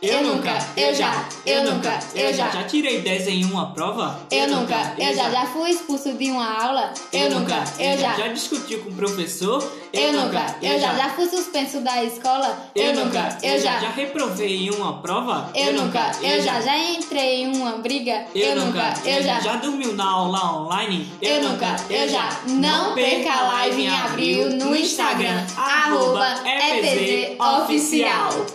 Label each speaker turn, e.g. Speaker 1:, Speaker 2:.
Speaker 1: Eu nunca, eu já, eu nunca, eu já.
Speaker 2: Já tirei 10 em uma prova?
Speaker 1: Eu nunca, eu já, já fui expulso de uma aula. Eu nunca, eu já.
Speaker 2: Já discutiu com o professor?
Speaker 1: Eu nunca, eu já, já fui suspenso da escola. Eu nunca, eu
Speaker 2: Já
Speaker 1: já.
Speaker 2: reprovei em uma prova?
Speaker 1: Eu nunca, eu já, já entrei em uma briga. Eu nunca, eu já.
Speaker 2: Já dormiu na aula online?
Speaker 1: Eu nunca, eu já. Não perca a live em abril no Instagram, arroba EPZ Oficial.